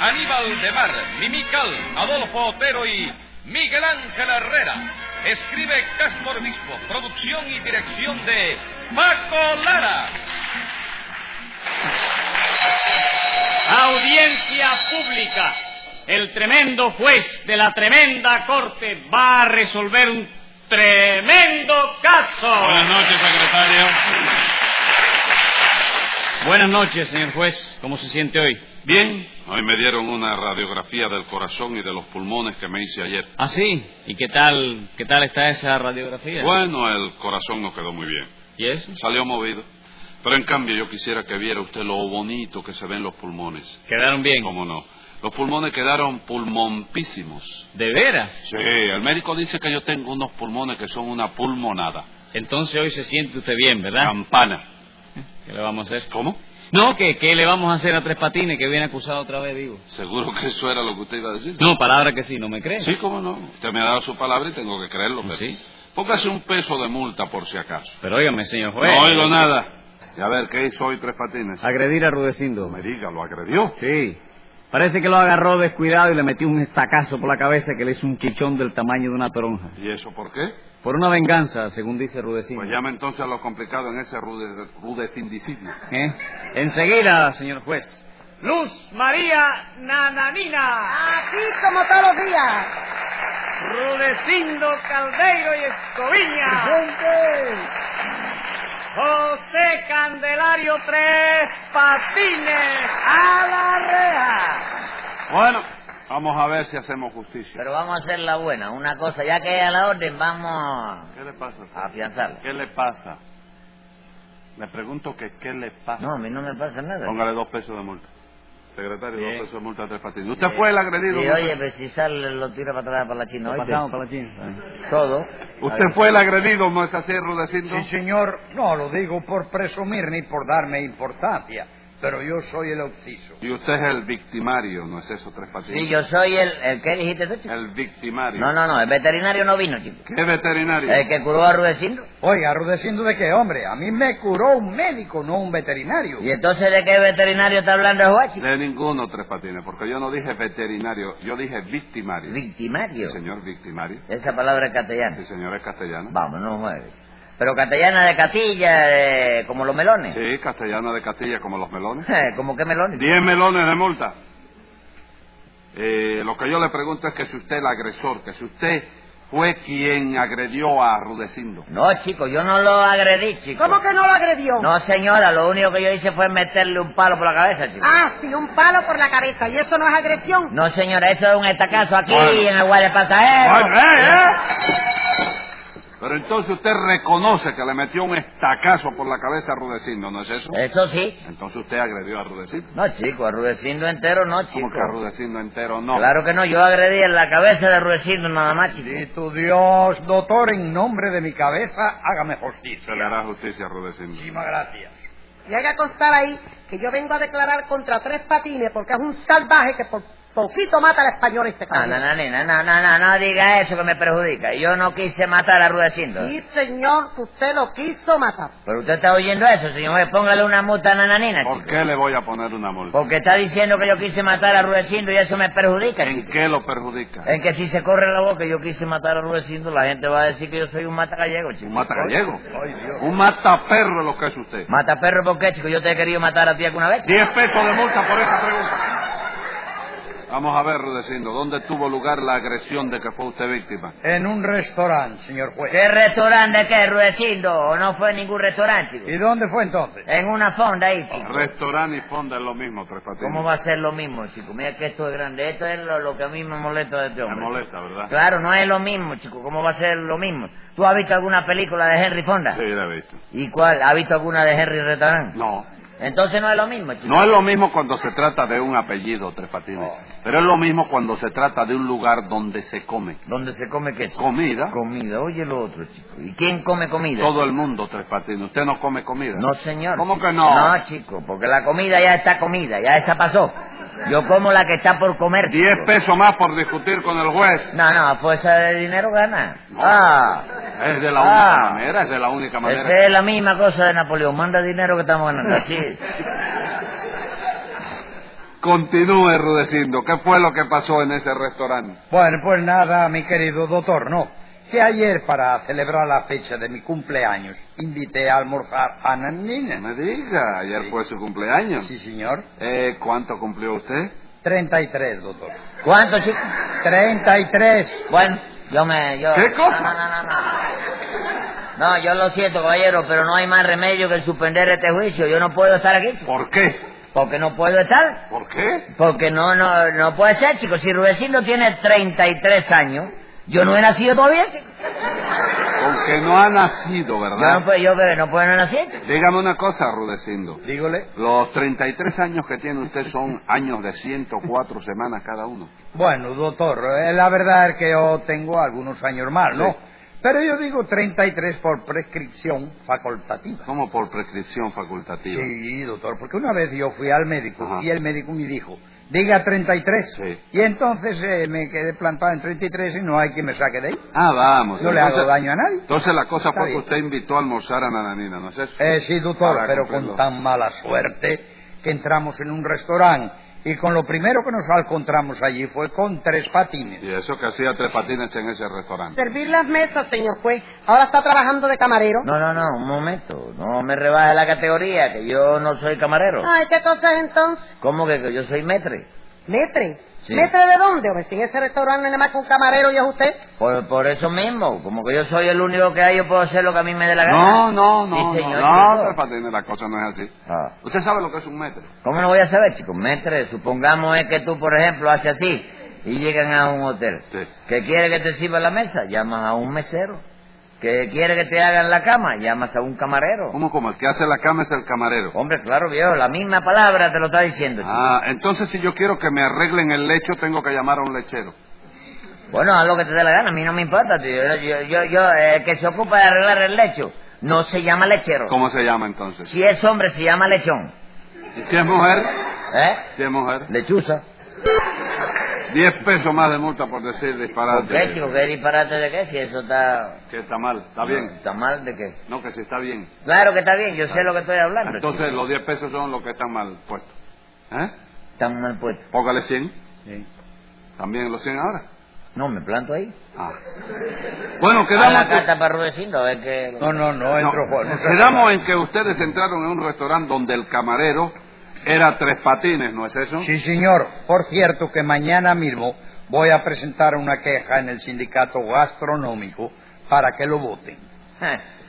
Aníbal de Mar, Mimical, Adolfo Otero y Miguel Ángel Herrera. Escribe Castro Obispo, producción y dirección de Paco Lara. Audiencia pública. El tremendo juez de la tremenda corte va a resolver un tremendo caso. Buenas noches, secretario. Buenas noches, señor juez. ¿Cómo se siente hoy? Bien, hoy me dieron una radiografía del corazón y de los pulmones que me hice ayer. ¿Ah, sí? ¿Y qué tal, qué tal está esa radiografía? Bueno, el corazón no quedó muy bien. ¿Y eso? Salió movido. Pero en cambio yo quisiera que viera usted lo bonito que se ven los pulmones. ¿Quedaron bien? ¿Cómo no? Los pulmones quedaron pulmonpísimos. ¿De veras? Sí, el médico dice que yo tengo unos pulmones que son una pulmonada. Entonces hoy se siente usted bien, ¿verdad? Campana. ¿Qué le vamos a hacer? ¿Cómo? No, que qué le vamos a hacer a Tres Patines, que viene acusado otra vez, digo. Seguro que eso era lo que usted iba a decir. No, palabra que sí, no me cree. Sí, cómo no. Usted me ha dado su palabra y tengo que creerlo. pero- Sí. Póngase un peso de multa por si acaso. Pero óigame, señor juez. No oigo nada. Y a ver, ¿qué hizo hoy Tres Patines? Agredir a Rudecindo. Me diga, ¿lo agredió? Sí. Parece que lo agarró descuidado y le metió un estacazo por la cabeza que le hizo un chichón del tamaño de una toronja. ¿Y eso por qué? Por una venganza, según dice Rudecindo. Pues llame entonces a lo complicado en ese rude, rudecindicidio. ¿Eh? Enseguida, señor juez. Luz María Nananina, Aquí como todos los días. Rudecindo Caldeiro y Escoviña, Gente. José Candelario Tres Patines. A la reja. Bueno, vamos a ver si hacemos justicia. Pero vamos a hacer la buena, una cosa, ya que es a la orden, vamos ¿Qué le pasa? a afianzarla. ¿Qué le pasa? Le pregunto que qué le pasa. No, a mí no me pasa nada. Póngale dos pesos de multa. Secretario, Bien. dos pesos de multa a Tres Patines. ¿Usted fue el agredido? Y ¿no? oye, pues si sale, lo tira para atrás para la China, ¿oíste? para la China. Todo. ¿Usted fue el agredido, no es así, Rudecindo? Sí, señor, no lo digo por presumir ni por darme importancia, pero yo soy el obsiso. Y usted es el victimario, ¿no es eso, Tres Patines? Sí, yo soy el... el ¿Qué dijiste tú, chico? El victimario. No, Eh, no, no, el veterinario no vino, chico. ¿Qué veterinario? El que curó a Rudecindo. Oiga, rudeciendo de qué, hombre, a mí me curó un médico, no un veterinario. ¿Y entonces de qué veterinario está hablando el juez, chico? De ninguno, Tres Patines, porque yo no dije veterinario, yo dije victimario. Victimario. Señor victimario. Esa palabra es Sí, castellana. señor, es castellano. Vamos, no mueves. Pero castellana de Castilla, de- como los melones. Sí, castellana de Castilla como los melones. ¿Cómo que melones? Diez melones de multa. Eh, lo que yo le pregunto es que si usted es el agresor, que si usted fue quien agredió a Rudecindo. No, chico, yo no lo agredí, chico. ¿Cómo que no lo agredió? No, señora, lo único que yo hice fue meterle un palo por la cabeza, chico. Ah, sí, un palo por la cabeza. ¿Y eso no es agresión? No, señora, eso es un estacazo aquí Bueno. en el guardapasajero. Ay, eh, eh. Pero entonces usted reconoce que le metió un estacazo por la cabeza a Rudecindo, ¿no es eso? Eso sí. Entonces usted agredió a Rudecindo. No, chico, a Rudecindo entero no, Como chico. que a Rudecindo entero no. Claro que no, yo agredí en la cabeza de Rudecindo nada más, chico. Si tu Dios, doctor, en nombre de mi cabeza, hágame Se justicia. le hará justicia a Rudecindo. Muchísimas gracias. Y haga constar ahí que yo vengo a declarar contra tres patines porque es un salvaje que por poquito mata al español este Ah, No, no, cabrón. no, nena, no, no, no, no diga eso que me perjudica. Yo no quise matar a Rudecindo. Sí, señor, que usted lo quiso matar. Pero usted está oyendo eso, señor. juez. Póngale una multa a Nananina, ¿Por chico. qué le voy a poner una multa? Porque está diciendo que yo quise matar a Rudecindo y eso me perjudica, ¿En chico. qué lo perjudica? Es que si se corre la voz que yo quise matar a Rudecindo, la gente va a decir que yo soy un matagallego, chico. Un mata gallego. Ay, Dios. Un mataperro es lo que es usted. Mata perro, ¿por qué, chico? Yo te he querido matar a ti alguna vez. chico. Diez pesos de multa por esa pregunta. Vamos a ver, Rudecindo, ¿dónde tuvo lugar la agresión de que fue usted víctima? En un restaurante, señor juez. ¿Qué restaurante qué, Rudecindo? ¿O no fue ningún restaurante, chico? ¿Y dónde fue entonces? En una fonda ahí, chico. Restaurante y fonda es lo mismo, Tres Patines. ¿Cómo va a ser lo mismo, chico? Mira que esto es grande. Esto es lo, lo que a mí me molesta de este Me hombre. molesta, ¿verdad? Claro, no es lo mismo, chico. ¿Cómo va a ser lo mismo? ¿Tú has visto alguna película de Henry Fonda? Sí, la he visto. ¿Y cuál? ¿Has visto alguna de Henry Restaurant? No. Entonces no es lo mismo, chico. No es lo mismo cuando se trata de un apellido, Tres Patines. Pero es lo mismo cuando se trata de un lugar donde se come. ¿Dónde se come qué? chico? Comida. Comida. Oye lo otro, chico. ¿Y quién come comida? Todo el mundo, Tres Patines. ¿Usted no come comida? No, señor. ¿Cómo chico. que no? No, chico, porque la comida ya está comida, ya esa pasó. Yo como la que está por comer. chico. Diez pesos más por discutir con el juez. No, no, a fuerza de dinero gana. No. Ah, Es de la única Ah. manera, es de la única manera. esa es la misma cosa de Napoleón. Manda dinero que estamos ganando. Así. Continúe, Rudecindo. ¿Qué fue lo que pasó en ese restaurante? Bueno, pues nada, mi querido doctor, no. Que ayer, para celebrar la fecha de mi cumpleaños, invité a almorzar a No Nanina. me diga, ayer Sí. fue su cumpleaños. Sí, señor. Eh, ¿Cuánto cumplió usted? 33, doctor. ¿Cuánto, chico? 33. Bueno, yo me... Yo... ¿Qué cosa? No, no, no, no, no. No, yo lo siento, caballero, pero no hay más remedio que el suspender este juicio. Yo no puedo estar aquí, chico. ¿Por qué? Porque no puedo estar. ¿Por qué? Porque no, no, no puede ser, chico. Si Rudecindo tiene 33 años, yo no he nacido todavía, chico. Porque no ha nacido, Yo ¿verdad? no puedo, yo creo que no puedo no nacer, chico. Dígame una cosa, Rudecindo. Dígole. Los 33 años que tiene usted son años de 104 semanas cada uno. Bueno, doctor, eh, la verdad es que yo tengo algunos años más, ¿no? Sí. Pero yo digo 33 por prescripción facultativa. Como por prescripción facultativa. Sí, doctor, porque una vez yo fui al médico Ajá. y el médico me dijo, diga 33. Sí. Y entonces eh, me quedé plantado en 33 y no hay quien me saque de ahí. Ah, vamos. No le hago daño a nadie. Entonces la cosa Está fue que bien. usted invitó a almorzar a Nananina, ¿no es eso? Eh, sí, doctor, Para pero cumplirlo. con tan mala suerte que entramos en un restaurante y con lo primero que nos encontramos allí fue con tres patines. Y eso que hacía tres patines en ese restaurante. Servir las mesas, señor juez. Ahora está trabajando de camarero. No, no, no, un momento. No me rebaje la categoría, que yo no soy camarero. Ay, ¿qué cosa es entonces? ¿Cómo que, que yo soy metre? ¿Metre? Sí. ¿Metre de dónde? Hombre, si en ese restaurante nada más que un camarero y es usted. Por, por eso mismo, como que yo soy el único que hay, yo puedo hacer lo que a mí me dé la gana. No, no, Sí, no, señor, no, no, chico. tres patines, la cosa no es así. Ah, ¿Usted sabe lo que es un metro? ¿Cómo no voy a saber, chico? Metre, supongamos es que tú, por ejemplo, haces así y llegan a un hotel. Sí. ¿Que quiere que te sirva la mesa? Llamas a un mesero. ¿Que quiere que te hagan la cama? Llamas a un camarero. ¿Cómo, cómo? El que hace la cama es el camarero. Hombre, claro, viejo, la misma palabra te lo está diciendo, chico. Ah, entonces si yo quiero que me arreglen el lecho, tengo que llamar a un lechero. Bueno, haz lo que te dé la gana, a mí no me importa, tío. Yo, yo, yo, yo, eh, el que se ocupa de arreglar el lecho no se llama lechero. ¿Cómo se llama entonces? Si es hombre, se llama lechón. ¿Y si es mujer? ¿Eh? Si es mujer. Lechuza. Diez pesos más de multa por decir ¿Por disparate. qué, chico? ¿Qué disparate de qué? Si eso está... Que está mal, está bien. ¿Está mal de qué? No, que si está bien. Claro que está bien, yo sé lo que estoy hablando. Entonces chico. los 10 pesos son los que están mal puestos. ¿Eh? Están mal puestos. Póngale 100. También los 100 ahora. No, me planto ahí. Ah. Bueno, A la quedamos, carta para Rudecindo, a ver qué... No, no, no, No, entro Juan. no se quedamos en que ustedes entraron en un restaurante donde el camarero era tres patines, ¿no es eso? Sí, señor. Por cierto, que mañana mismo voy a presentar una queja en el sindicato gastronómico para que lo voten.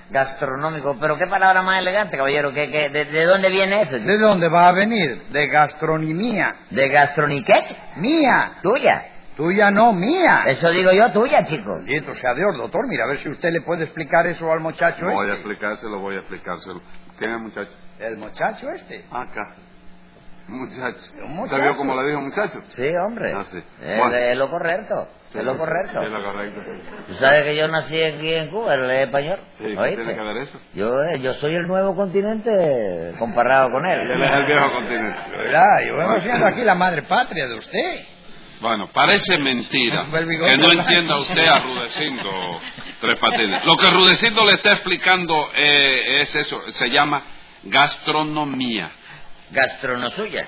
Gastronómico, pero qué palabra más elegante, caballero. ¿Qué, qué- de, de dónde viene eso? chico? ¿De dónde va a venir? De gastronomía. ¿De gastroniquet? Mía. ¿Tuya? Tuya no, mía. Eso digo yo, tuya, chico. Bendito sea Dios, doctor. Mira, a ver si usted le puede explicar eso al muchacho Voy a este. explicárselo, voy a explicárselo. ¿Quién es el muchacho? El muchacho este. Acá. Muchacho. Un ¿Usted muchacho. vio cómo le dijo muchacho? Sí, hombre. Ah, sí. Es, Bueno. es lo correcto. es lo correcto. Sí, lo correcto, sí. Tú sabes que yo nací aquí en Cuba, el español. Sí, ¿qué ¿oíste? tiene que ver eso? Yo, eh, yo soy el nuevo continente comparado con Él es él. el viejo continente. Verá, yo Ah. vengo siendo aquí la madre patria de usted. Bueno, parece mentira Fue el bigote que no blanco. entienda usted a Rudecindo Tres Patines. Lo que Rudecindo le está explicando eh, es eso, se llama gastronomía, Gastrono suya.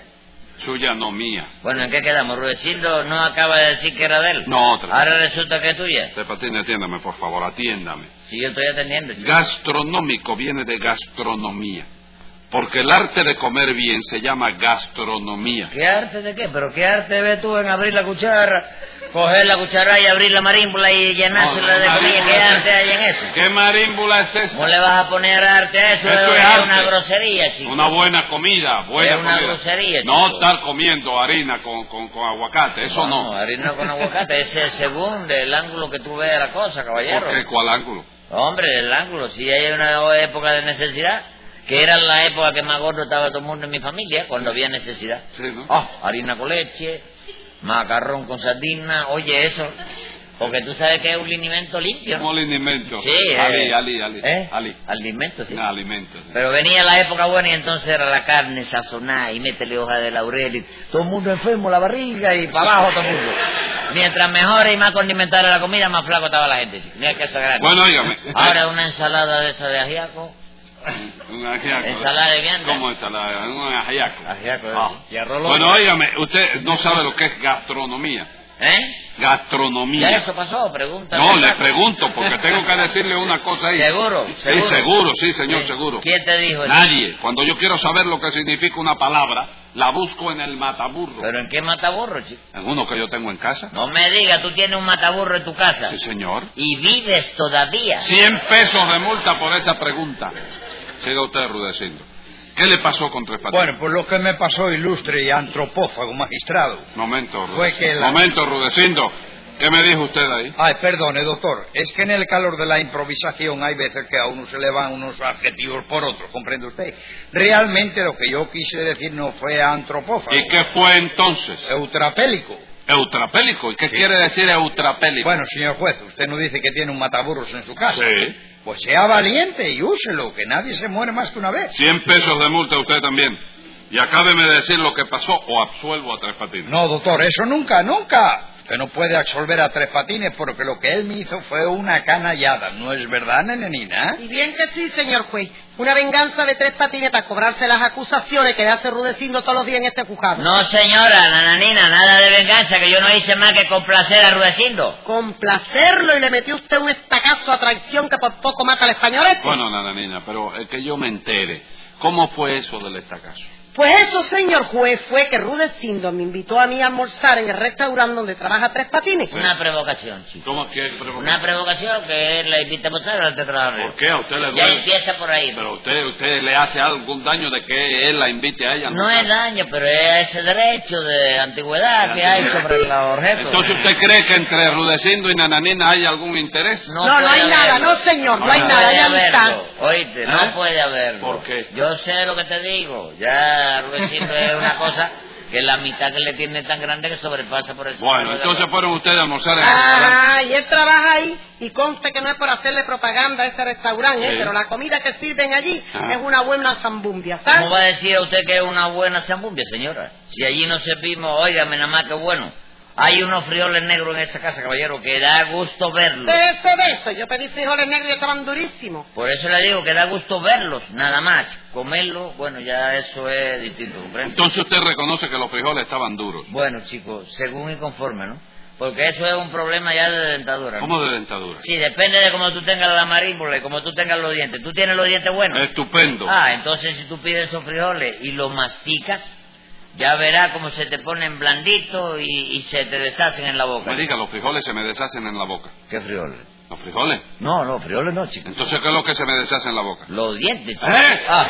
suyanomía. Bueno, ¿en qué quedamos? Rudecindo no acaba de decir que era de él. No, otra. Ahora resulta que es tuya. Tres Patines, atiéndame, por favor, atiéndame. Si yo estoy atendiendo. chico. Gastronómico viene de gastronomía, porque el arte de comer bien se llama gastronomía. ¿Qué arte de qué? ¿Pero qué arte ves tú en abrir la cuchara, coger la cuchara y abrir la marímbula y llenársela No, no, de comida? marímbula ¿Qué es arte esa. hay en eso? ¿Qué marímbula es ¿Cómo esa? le vas a poner arte a eso? Eso es una arte. grosería, chico. Una buena comida, buena Es una comida. grosería, no chico. estar comiendo harina con, con- con aguacate, eso no. harina con aguacate, ese es según el ángulo que tú veas la cosa, caballero. ¿Por qué? ¿Cuál ángulo? Hombre, el ángulo, si hay una época de necesidad, que era la época que más gordo estaba todo el mundo en mi familia, cuando había necesidad. Sí, ¿no? Ah, harina con leche, macarrón con sardina, oye eso, porque tú sabes que es un linimento limpio. Como ¿no? alimento. Sí, eh, Ali, Ali, Ali. ¿eh? Ali. Alimento, sí. No, alimento. sí. Pero venía la época buena y entonces era la carne sazonada y métele hoja de laurel y todo el mundo enfermo, la barriga y para abajo todo el mundo. Mientras mejor y más condimentada era la comida, más flaco estaba la gente. chico. Mira que eso es grande. Bueno, óigame. Ahora una ensalada de esa de ajiaco, Un ajiaco. Ensalada de vianda. ¿Cómo ensalada? Un ajiaco. Ajiaco, Ah. ¿eh? Y a Rolón. Bueno, óigame, usted no sabe lo que es gastronomía. ¿Eh? ¿Ya Gastronomía. eso pasó? Pregúntame. No, le Paco. pregunto, porque tengo que decirle una cosa ahí. ¿Seguro? Sí, seguro, sí, señor, seguro. ¿Quién te dijo eso? Nadie. Cuando yo quiero saber lo que significa una palabra, la busco en el mataburro. ¿Pero en qué mataburro, chico? ¿En uno que yo tengo en casa? No me digas, tú tienes un mataburro en tu casa. Sí, señor. Y vives todavía. 100 pesos de multa por esa pregunta. Siga usted rudeciendo. ¿Qué le pasó con Tres Patines? Bueno, pues lo que me pasó, ilustre y antropófago magistrado. Momento, Fue que Rudecindo. la- Momento, Rudecindo. ¿Qué me dijo usted ahí? Ay, perdone, doctor. Es que en el calor de la improvisación hay veces que a uno se le van unos adjetivos por otros, ¿comprende usted? Realmente lo que yo quise decir no fue antropófago, ¿Y qué fue entonces? eutrapélico. Eutrapélico. ¿Y qué quiere decir eutrapélico? Bueno, señor juez, usted no dice que tiene un mataburros en su casa. Sí. Pues sea valiente y úselo, que nadie se muere más que una vez. 100 pesos de multa usted también. Y acábeme de decir lo que pasó o absuelvo a Tres Patines. No, doctor, eso nunca, nunca. Usted no puede absolver a Tres Patines porque lo que él me hizo fue una canallada. ¿No es verdad, nenenina? Y bien que sí, señor juez. Una venganza de tres patines para cobrarse las acusaciones que le hace rudeciendo todos los días en este juzgado. No, señora, nananina, nada de venganza, que yo no hice más que complacer a Rudecindo. Complacerlo y le metió usted un estacazo a traición que por poco mata al español este. Bueno, nananina, pero eh, que yo me entere. ¿Cómo fue eso del estacazo? Pues eso, señor juez, fue que Rudecindo me invitó a mí a almorzar en el restaurante donde trabaja Tres Patines. Una provocación, chico. ¿Cómo que pero- Una provocación que es la invitamos a al teatro de ¿Por qué a usted le Ya duele? empieza por ahí. Pero usted, usted le hace algún daño de que él la invite a ella. No es daño, pero es ese derecho de antigüedad que hay sobre los objetos. Entonces usted cree que entre Rudecindo y Nananina hay algún interés. No, no puede hay nada, haberlo. no, señor, no hay puede nada, hay amistad. haberlo, Oíste, ¿Eh? no puede haberlo. ¿Por qué? Yo sé lo que te digo. Ya, Rudecindo es una cosa que la mitad que le tiene es tan grande que sobrepasa por el Bueno, entonces pues, fueron ustedes a almorzar en el Ah. restaurante. Ajá, Ah, y él trabaja ahí y conste que no es por hacerle propaganda a ese restaurante, ¿eh? Sí. pero la comida que sirven allí Ajá. es una buena zambumbia, Ah. ¿Cómo ¿sabes? va a decir a usted que es una buena zambumbia, señora? Si allí no servimos, óigame nada más que bueno. Hay unos frioles negros en esa casa, caballero, que da gusto verlos. De eso, de eso, yo pedí frijoles negros y estaban durísimos. Por eso le digo que da gusto verlos, nada más. Comerlos, bueno, ya eso es distinto, ¿comprende? Entonces usted reconoce que los frijoles estaban duros. Bueno, chicos, según y conforme, ¿no? Porque eso es un problema ya de dentadura. ¿no? ¿Cómo de dentadura? Sí, depende de cómo tú tengas la marímbula y cómo tú tengas los dientes. ¿Tú tienes los dientes buenos? Estupendo. Ah, entonces si tú pides esos frijoles y los masticas, ya verás cómo se te ponen blanditos y, y se te deshacen en la boca. Me diga, los frijoles se me deshacen en la boca. ¿Qué frijoles? ¿Los frijoles? No, no, frijoles no, chico. Entonces, ¿qué es lo que se me deshace en la boca? Los dientes, chico. ¿Eh? Ah,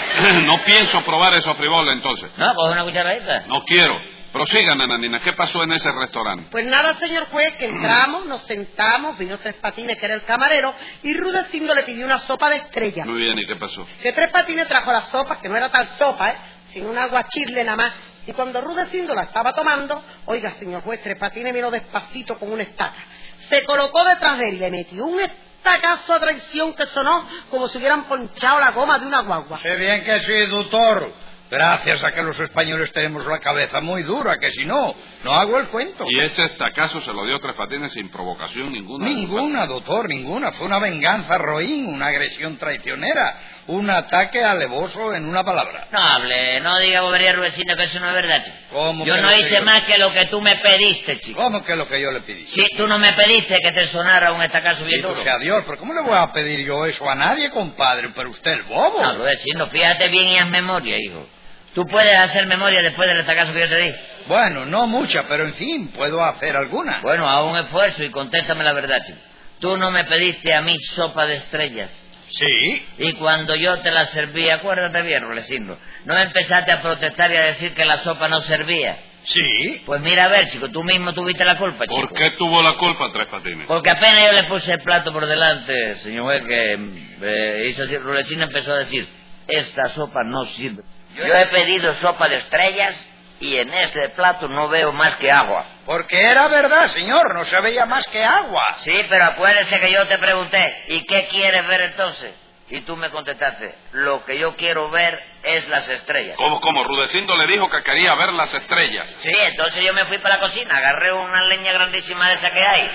No pienso probar esos frijoles entonces. no, coge una cucharadita. No quiero. Prosigan, nananina. ¿Qué pasó en ese restaurante? Pues nada, señor juez, que entramos, nos sentamos, vino Tres Patines, que era el camarero, y Rudecindo le pidió una sopa de estrella. Muy bien, ¿y qué pasó? Que Tres Patines trajo la sopa, que no era tal sopa, ¿eh? sino un aguachirle nada más. Y cuando Rudecindo la estaba tomando, oiga, señor juez, Tres Patines miró despacito con una estaca. Se colocó detrás de él y le metió un estacazo a traición que sonó como si hubieran ponchado la goma de una guagua. Sé bien que sí, doctor. Gracias a que los españoles tenemos la cabeza muy dura, que si no, no hago el cuento. Y ese estacazo se lo dio Tres Patines sin provocación ninguna. Ninguna, doctor, ninguna. Fue una venganza roín, una agresión traicionera, un ataque alevoso en una palabra. No hable, no diga bobería, Rubecino, que eso no es verdad, chico. ¿Cómo Yo que no no, hice señor? más que lo que tú me pediste, chico. ¿Cómo que es lo que yo le pedí? Sí, tú no me pediste que te sonara un estacazo bien Bendito duro. sea Dios, pero ¿cómo le voy a pedir yo eso a nadie, compadre? Pero usted es bobo. No, Rudecindo, fíjate bien y haz memoria, hijo. Tú puedes hacer memoria después del estacazo que yo te di. Bueno, no mucha, pero en fin, puedo hacer alguna. Bueno, a un esfuerzo y contéstame la verdad, chico. Tú no me pediste a mí sopa de estrellas. Sí. Y cuando yo te la serví, acuérdate bien, Rolecindo, no empezaste a protestar y a decir que la sopa no servía. Sí. Pues mira, a ver, chico, tú mismo tuviste la culpa, chico. ¿Por qué tuvo la culpa Tres Patines? Porque apenas yo le puse el plato por delante, señor juez, que eh, hizo así, Rulecindo empezó a decir, esta sopa no sirve. Yo he pedido sopa de estrellas y en este plato no veo más que agua. Porque era verdad, señor, no se veía más que agua. Sí, pero acuérdese que yo te pregunté, ¿y qué quieres ver entonces? Y tú me contestaste, lo que yo quiero ver es las estrellas. ¿Cómo, cómo? Rudecindo le dijo que quería ver las estrellas. Sí, entonces yo me fui para la cocina, agarré una leña grandísima de esa que hay,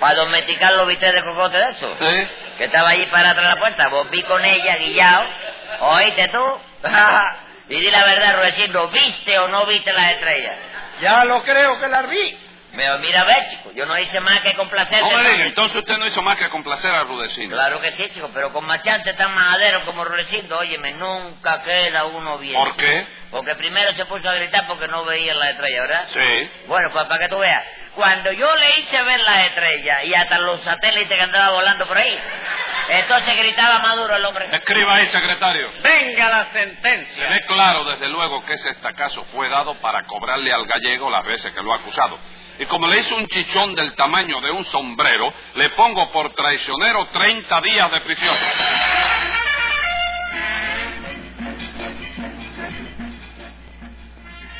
para domesticar los bistecs de cocote de eso, ¿Eh? que estaba allí para atrás de la puerta. Volví con ella, guillao, ¿Oíste tú? y di la verdad, Rudecindo, ¿viste o no viste las estrellas? Ya lo creo que las vi. Pero mira, ve, chico, yo no hice más que complacer. No me diga, entonces usted no hizo más que complacer a Rudecindo. Claro que sí, chico, pero con machante tan majadero como Rudecindo, óyeme, nunca queda uno bien. ¿Por qué? Porque primero se puso a gritar porque no veía las estrellas, ¿verdad? Sí. Bueno, pues para que tú veas, cuando yo le hice ver las estrellas y hasta los satélites que andaban volando por ahí, entonces gritaba Maduro el hombre. Escriba ahí, secretario. Venga la Se sentencia. ve claro, desde luego, que ese estacazo fue dado para cobrarle al gallego las veces que lo ha acusado. Y como le hizo un chichón del tamaño de un sombrero, le pongo por traicionero 30 días de prisión.